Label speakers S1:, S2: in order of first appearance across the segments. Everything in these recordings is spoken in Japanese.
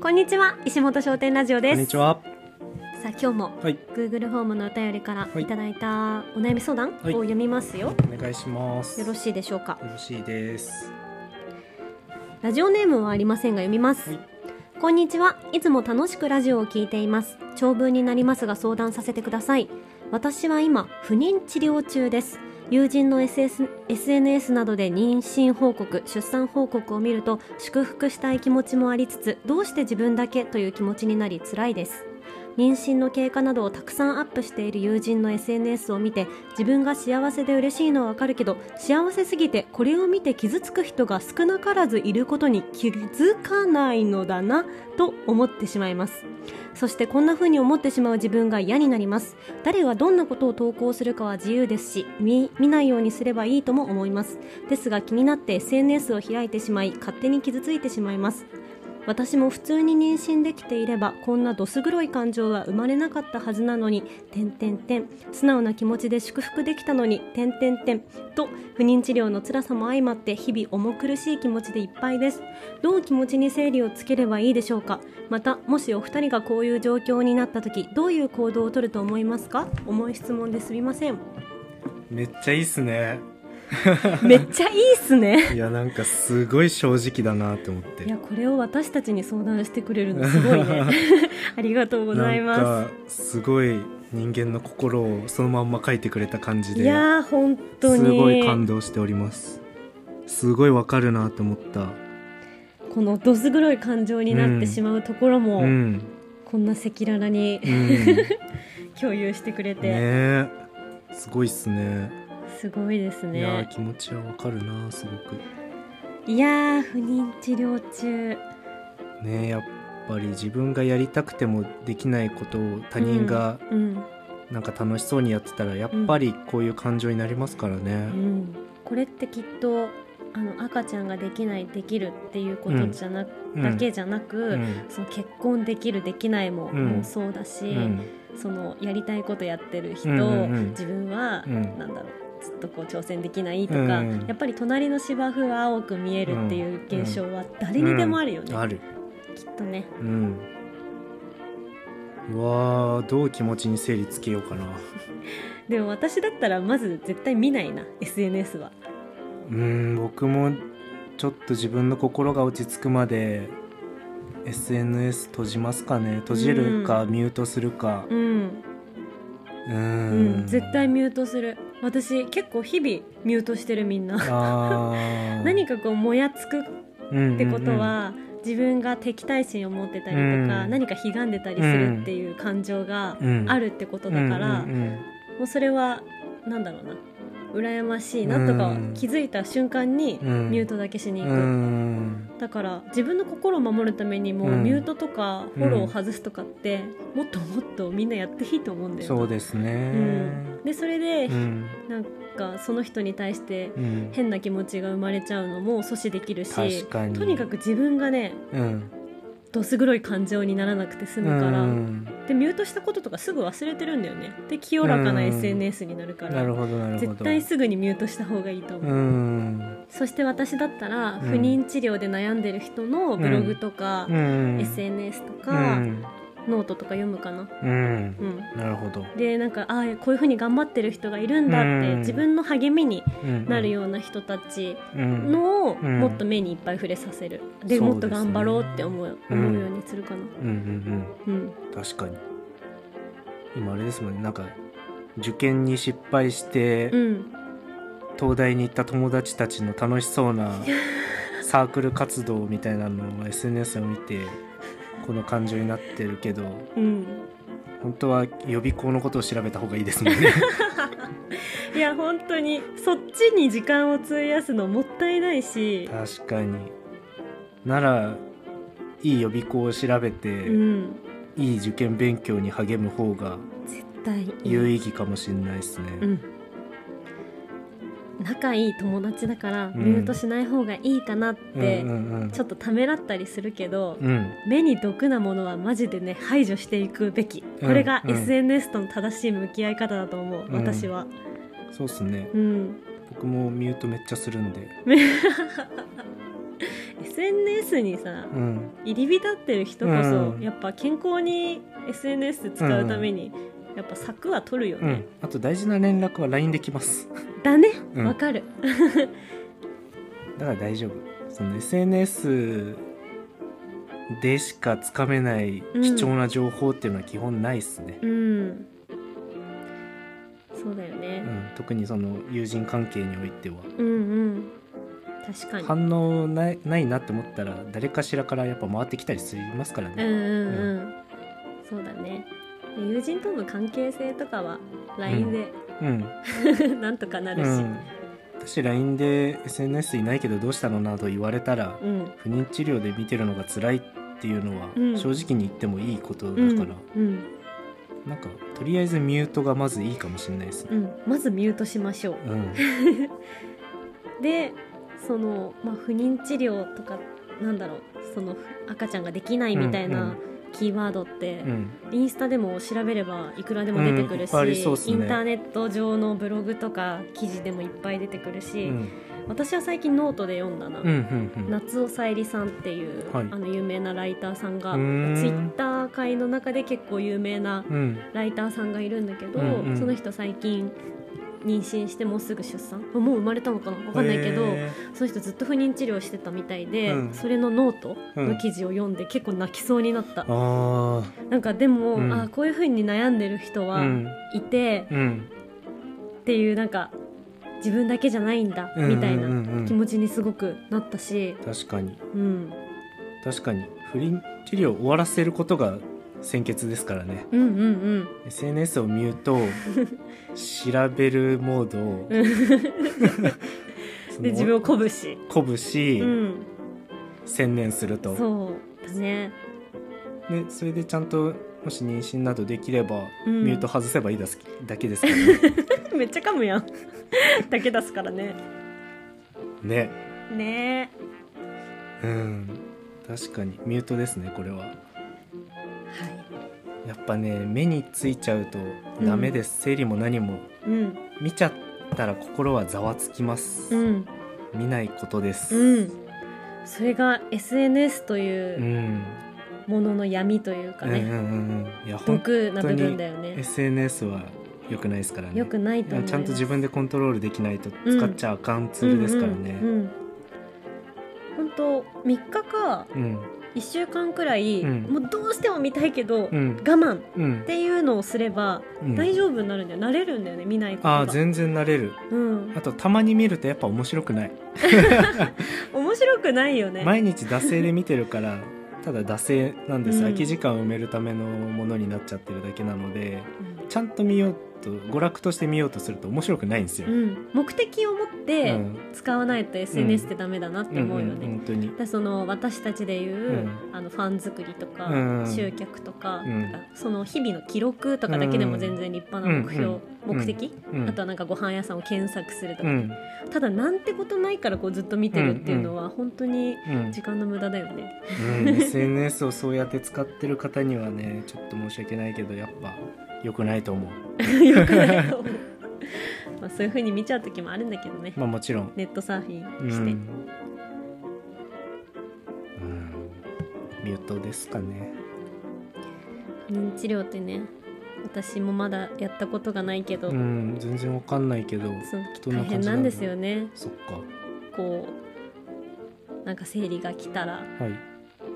S1: こんにちは石本商店ラジオです
S2: こんにちは。
S1: さあ今日も
S2: はい
S1: Google ホームのお便りから
S2: はい
S1: いただいたお悩み相談を
S2: はい
S1: 読みますよ、
S2: お願いします。
S1: よろしいでしょうか
S2: よろしいです。
S1: ラジオネームはありませんが読みます、
S2: はい
S1: こんにちはいつも楽しくラジオを聞いています長文になりますが相談させてください私は今不妊治療中です友人の SS SNS などで妊娠報告出産報告を見ると祝福したい気持ちもありつつどうして自分だけという気持ちになり辛いです妊娠の経過などをたくさんアップしている友人の SNS を見て自分が幸せで嬉しいのはわかるけど幸せすぎてこれを見て傷つく人が少なからずいることに気づかないのだなと思ってしまいますそしてこんな風に思ってしまう自分が嫌になります誰がどんなことを投稿するかは自由ですし見見ないようにすればいいとも思いますですが気になって SNS を開いてしまい勝手に傷ついてしまいます私も普通に妊娠できていればこんなどす黒い感情は生まれなかったはずなのに点々点素直な気持ちで祝福できたのに点々点と不妊治療の辛さも相まって日々重苦しい気持ちでいっぱいですどう気持ちに整理をつければいいでしょうかまたもしお二人がこういう状況になった時どういう行動をとると思いますか重い質問ですみません
S2: めっちゃいいっすね。
S1: めっちゃいいっす ね
S2: いや、なんかすごい正直だなって思って。
S1: いやこれを私たちに相談してくれるのすごいねありがとうございます
S2: なんかすごい人間の心をそのまんま書いてくれた感じで、
S1: いやー本当
S2: す
S1: に
S2: ごい感動しております。すごいわかるなって思った。
S1: このどす黒い感情になってしまうところも、
S2: うん。
S1: こんな赤裸々に
S2: うん。 ね
S1: 共有してくれて、
S2: え。すごいっすね。
S1: すごいです
S2: いやー
S1: ね
S2: 気持ちはわかるなすごく。
S1: いやー不妊治療中
S2: ねえやっぱり自分がやりたくてもできないことを他人が
S1: うん、
S2: なんか楽しそうにやってたらやっぱりこういう感情になりますから
S1: う
S2: ね。
S1: ん、これってきっとあの赤ちゃんができないできるっていうことじゃな、
S2: うん
S1: だけじゃなく、
S2: うん
S1: その結婚できるできないも,、
S2: うん
S1: もうそうだし、
S2: うん
S1: そのやりたいことやってる人、
S2: うんうんうん
S1: 自分は、
S2: うん
S1: なんだろうずっとこう挑戦できないとか、
S2: うんうん
S1: やっぱり隣の芝生は青く見えるっていう現象は誰にでもあるよね、
S2: ある。
S1: きっとね
S2: うん。うわーどう気持ちに整理つけようかな。
S1: でも私だったらまず絶対見ないな SNS は
S2: うん僕もちょっと自分の心が落ち着くまで SNS 閉じますかね閉じるかミュートするか。
S1: うん、う
S2: う
S1: んん。絶対ミュートする私結構日々ミュートしてるみんな
S2: あー
S1: 何かこうもやつくっ
S2: って
S1: ことは、自分が敵対心を持ってたりとか、
S2: うん
S1: 何か悲願でたりするっていう感情があるってことだから、
S2: うんうん
S1: もうそれはなんだろうな羨ましいなとか
S2: うん
S1: 気づいた瞬間に
S2: うん
S1: ミュートだけしに行
S2: う
S1: く、
S2: ん
S1: だから自分の心を守るためにも
S2: うん
S1: ミュートとかフォローを外すとかってもっともっとみんなやっていいと思うんだよ
S2: そうですね
S1: う、ん、でそれで
S2: うん
S1: なんかその人に対して
S2: うん
S1: 変な気持ちが生まれちゃうのも阻止できるし
S2: 確かに
S1: とにかく自分がね
S2: うん
S1: どす黒い感情にならなくて済むから、
S2: うん
S1: でミュートしたこととかすぐ忘れてるんだよねで清らかな
S2: うん
S1: SNS になるから、
S2: なるほどなるほど
S1: 絶対すぐにミュートした方がいいと思う、
S2: うん
S1: そして私だったら
S2: うん
S1: 不妊治療で悩んでる人のブログとか、
S2: うん
S1: SNS とか、
S2: うん
S1: ノートとか読むかな、
S2: う
S1: う
S2: ん
S1: ん、
S2: なるほど
S1: でなんかああこういうふうに頑張ってる人がいるんだって、
S2: うん
S1: 自分の励みになる
S2: う
S1: ような人たち
S2: ん
S1: のを
S2: うん
S1: もっと目にいっぱい触れさせるで
S2: そうですね
S1: もっと頑張ろうって思う思うようにするかな、
S2: うんうん
S1: うん、
S2: うん確かに今あれですもんねなんか受験に失敗して
S1: うん、
S2: 東大に行った友達たちの楽しそうなサークル活動みたいなのを SNS を見てこの感情になってるけど
S1: うん、
S2: 本当は予備校のことを調べた方がいいですもん ね。
S1: いや本当にそっちに時間を費やすのもったいないし、
S2: 確かにならいい予備校を調べて、
S1: うん、
S2: いい受験勉強に励む方が
S1: 絶対いい
S2: 有意義かもしれないですね。
S1: うん、仲いい友達だから
S2: うん
S1: ミュートしない方がいいかなって、
S2: うんうんうん
S1: ちょっとためらったりするけど、
S2: うん
S1: 目に毒なものはマジでね排除していくべきこれが
S2: うん
S1: SNS との正しい向き合い方だと思う、
S2: うん
S1: 私は、
S2: そうっすね
S1: うん、
S2: 僕もミュートめっちゃするんで
S1: SNS にさ
S2: うん
S1: 入り浸ってる人こそ、
S2: うん
S1: やっぱ健康に SNS 使うために、やっぱ策は取るよ
S2: う
S1: ね
S2: ん、、あと大事な連絡は LINE できます
S1: だね
S2: うん
S1: わ、かる
S2: だから大丈夫その SNS でしかつかめない貴重な情報っていうのは基本ないっすね、
S1: うんそうだよね
S2: う、ん、特にその友人関係においては
S1: うん、うん確かに
S2: 反応ないないなって思ったら誰かしらからやっぱ回ってきたりしますから
S1: うんう
S2: ね、
S1: んうん、そうだねで友人との関係性とかは LINE で、
S2: う ん
S1: なんとかな
S2: う
S1: るし、
S2: ん、私 LINE で SNS いないけどどうしたのなど言われたら
S1: うん
S2: 不妊治療で見てるのが辛いっていうのは
S1: うん
S2: 正直に言ってもいいことだ
S1: うん
S2: から、
S1: うん
S2: なんかとりあえずミュートがまずいいかもしれないですね。
S1: うん、まずミュートしましょう
S2: うん、
S1: でその、まあ、不妊治療とかなんだろうそのふ赤ちゃんができないみたい
S2: うんう
S1: なんキーワードって、
S2: うん、
S1: インスタでも調べればいくらでも出てくるし、
S2: うんいっぱいありそうっすね
S1: インターネット上のブログとか記事でもいっぱい出てくる
S2: う
S1: し、
S2: ん、
S1: 私は最近ノートで読んだな、
S2: うん、うん、
S1: 夏尾さえりさんっていう、
S2: はい
S1: あの有名なライターさんが
S2: うーん
S1: ツイッター界の中で結構有名な
S2: うん、うん、
S1: ライターさんがいるんだけど、
S2: うんうん
S1: その人最近妊娠してもうすぐ出産もう生まれたのかな分かんないけど、
S2: へ
S1: その人ずっと不妊治療してたみたいで、
S2: うん
S1: それのノートの記事を読んで結構泣きそうになった
S2: ー、あ
S1: なんかでも、
S2: うん
S1: あこういうふうに悩んでる人
S2: あ、
S1: は
S2: うん、
S1: いて、
S2: うん、
S1: っていうなんか自分だけじゃないんだ、
S2: うん
S1: みたい
S2: うん
S1: な
S2: うんうん
S1: 気持ちにすごくなったし、
S2: 確かに、
S1: うん、
S2: 確かに、不倫治療を終わらせることが先決ですからね。
S1: うんうんうん
S2: SNS を見ると調べるモードをその
S1: で自分を鼓舞し、
S2: 鼓舞し、
S1: うん、
S2: 専念すると
S1: そうだね
S2: でそれでちゃんともし妊娠などできれば、
S1: うん
S2: ミュート外せばいいだすだけですか らね
S1: めっちゃ噛むやん だけ出すからね
S2: ね
S1: ね
S2: うん確かにミュートですねこれは
S1: は
S2: やっぱね目についちゃうとダメです、生理も何も
S1: いうん
S2: 見ちゃったら心はざわつきます、
S1: うん
S2: 見ないことです
S1: うんそれが SNS と
S2: う
S1: いうんものの闇というか
S2: うんうん
S1: ね、
S2: うんうんいや本
S1: 毒な部分だよね
S2: SNS は良くないですからね
S1: よくないと思います
S2: ちゃんと自分でコントロールできないと
S1: うん
S2: 使っちゃあかんツールですからね
S1: うんうんうん本当3日か
S2: うん
S1: 1週間くらい、
S2: うん
S1: もうどうしても見たいけど、
S2: う
S1: 我
S2: ん
S1: 慢っ
S2: うん
S1: ていうのをすれば
S2: うん
S1: 大丈夫になるんだよ、慣れるんだよね見ないことが
S2: ああ全然慣れる
S1: うん
S2: あ、とたまに見るとやっぱ面白くない
S1: 面白くないよね
S2: 毎日惰性で見てるから ただ惰性なんです、
S1: うん
S2: 空き時間を埋めるためのものになっちゃってるだけなので
S1: うん
S2: ちゃんと見ようと娯楽として見ようとすると面白くないんですよ、
S1: うん、目的を持っ
S2: う
S1: て
S2: ん
S1: 使わないと SNS ってダメだなって思うよね、
S2: んん本当に
S1: だからその私たちでいう、
S2: う
S1: あのファン作りとか、
S2: うん
S1: 集客とか,、
S2: うん
S1: その日々の記録とかだけでも全然立派な目標、
S2: うん
S1: 目的、
S2: うん
S1: あとはなんかご飯屋さんを検索すると
S2: う
S1: か、
S2: ん
S1: ただなんてことないからこうずっと見てるっていうのは本当に
S2: うん
S1: 時間の無駄だよね。
S2: うん、SNS をそうやって使ってる方にはねちょっと申し訳ないけどやっぱ良くないと思う
S1: よくないと思うまあそういう風に見ちゃう時もあるんだけどね、
S2: まあもちろん、
S1: ネットサーフィ
S2: う
S1: ン
S2: ん
S1: して。
S2: うんミュートですかね
S1: 認知治療ってね私もまだやったことがないけど、
S2: うん全然わかんないけど
S1: その
S2: どんな
S1: 大
S2: 感じ
S1: 変なんですよね
S2: そっか
S1: こうなんか生理が来たら
S2: はい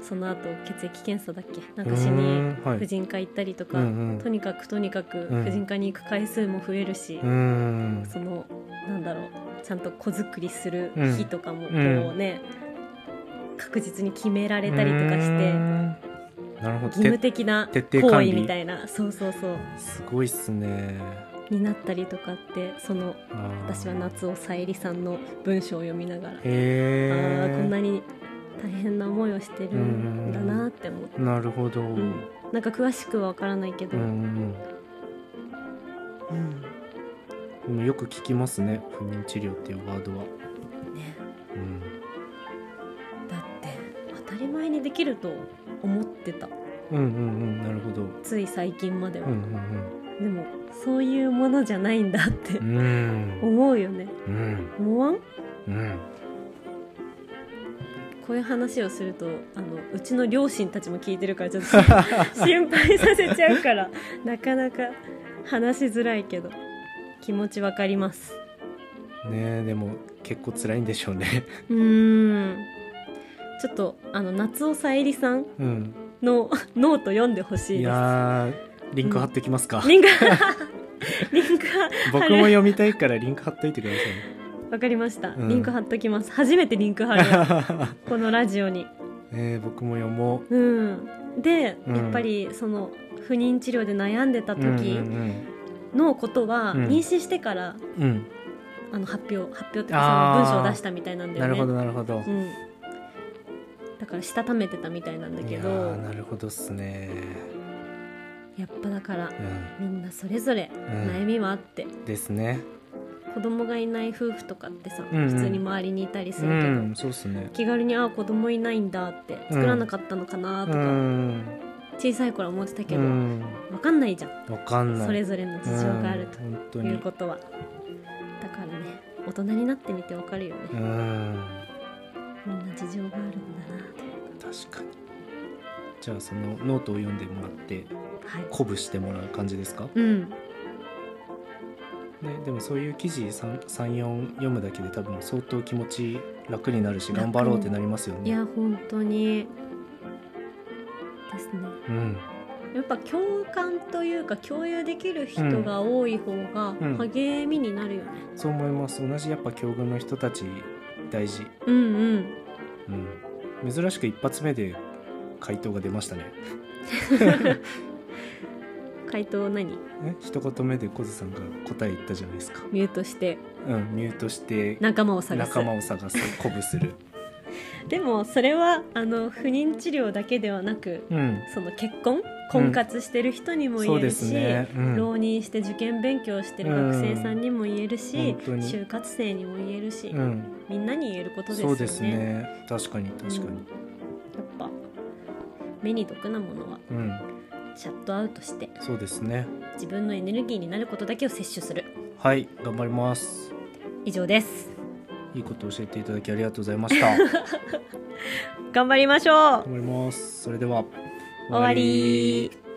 S1: その後血液検査だっけな
S2: なん
S1: かしに
S2: はい
S1: 婦人科行ったりとか、
S2: うんうん
S1: とにかくとにかく
S2: うん
S1: 婦人科に行く回数も増えるし
S2: う、ん
S1: そのなんだろうちゃんと子作りする日とかもこうね、確実に決められたりとか
S2: う
S1: して
S2: んなるほど
S1: 義務的な
S2: 徹底
S1: 行
S2: 管
S1: 為
S2: 理
S1: みたいなそうそうそう
S2: てすごいっすね
S1: になったりとかってその
S2: あー
S1: 私は夏尾さえりさんの文章を読みながら、あ
S2: へ
S1: ー
S2: え
S1: こんなに大変な思いをしてるんだなって思って、
S2: なるほど、う
S1: うん
S2: ん
S1: なんか詳しくはわからないけ
S2: う
S1: ど、
S2: ん
S1: うん
S2: でもよく聞きますね不妊治療っていうワードは、
S1: ね、
S2: うん、
S1: だって当たり前にできると思ってた
S2: うんうんうんなるほど
S1: つい最近までは、
S2: うんうん
S1: でもそういうものじゃないんだって
S2: うんうん
S1: 思うよね
S2: うん
S1: 思わん
S2: うん
S1: こういう話をするとあのうちの両親たちも聞いてるからちょっと心 心配させちゃうからなかなか話しづらいけど気持ちわかります
S2: ねえでも結構辛いんでしょうね
S1: うーんちょっとあの夏尾さえりさん
S2: うん
S1: のノート読んでほしい
S2: い
S1: で
S2: やーリンク貼ってきますか、
S1: すリンク リンク
S2: 僕
S1: 貼
S2: も
S1: る
S2: 読みたいからリンク貼っといてくだ
S1: わかりました、
S2: うん
S1: リンク貼っときます初めてリンク貼る
S2: さいね
S1: このラジオに
S2: ねえ僕も読も
S1: うんで、
S2: うん
S1: やっぱりその不妊治療で悩んでた
S2: ううん
S1: 時のことは、
S2: うん
S1: 妊娠してから
S2: うんうん、
S1: あの発表発表っていう
S2: あー
S1: かその文章を出したみたいなん
S2: うん
S1: だ
S2: な
S1: よね
S2: るほどなるほど、
S1: うん、だからしたためてたみたいなんだ
S2: い
S1: け
S2: や
S1: ど
S2: ー
S1: や
S2: なるほどっすね
S1: っぱだから
S2: う
S1: みんなそれぞれ
S2: ん
S1: 悩みはあって、
S2: んですね
S1: 子供がいない夫婦とかってさ、
S2: うんうん
S1: 普通に周りにいたりす
S2: う
S1: るけど、
S2: んそうっすね
S1: 気軽にああ子供いないんだって作らなかったのかなと
S2: う
S1: か、
S2: ん
S1: 小さい頃は思ってたけ
S2: う
S1: ど、わ
S2: ん
S1: かんないじゃん
S2: わかんない
S1: それぞれの事情がある
S2: うん、本当
S1: と
S2: に
S1: いうことは、だからね大人になってみてわかるよね、
S2: うん
S1: みんな事情があるんだなと
S2: 確かにじゃあそのノートを読んでもらって
S1: はい
S2: 鼓舞してもらう感じですか、ね、
S1: うん
S2: でもそういう記事34読むだけで多分相当気持ち楽になるし頑張ろうってなりますよ
S1: い
S2: ね
S1: や本当にですね
S2: うん
S1: やっぱ共感というか共有できる人が多い方が
S2: うん
S1: 励みになるよね、
S2: そう思います同じやっぱ境遇の人たち大事
S1: うん、うん
S2: うん珍しく一発目で回答が出ましたね
S1: 回答何
S2: え一言目でコズさんが答え言ったじゃないですか
S1: ミュートして
S2: うんミュートして
S1: 仲間を探す
S2: 仲間を探す鼓舞する
S1: でもそれはあの不妊治療だけではなく
S2: うん
S1: その結婚婚活してる人にも言えるし、
S2: そうですねうん
S1: 浪人して受験勉強してる学生さんにも言えるし、
S2: うん本当に
S1: 就活生にも言えるし、
S2: うん
S1: みんなに言えることですよ
S2: そ
S1: ね
S2: うですね確かに確かに
S1: やっぱ目に毒なものは
S2: うん、
S1: シャットアウトして
S2: そうですね
S1: 自分のエネルギーになることだけを摂取する
S2: はい頑張ります
S1: 以上です
S2: いいこと教えていただきありがとうございました 頑
S1: 頑張りましょう
S2: 張りますそれでは
S1: 終わり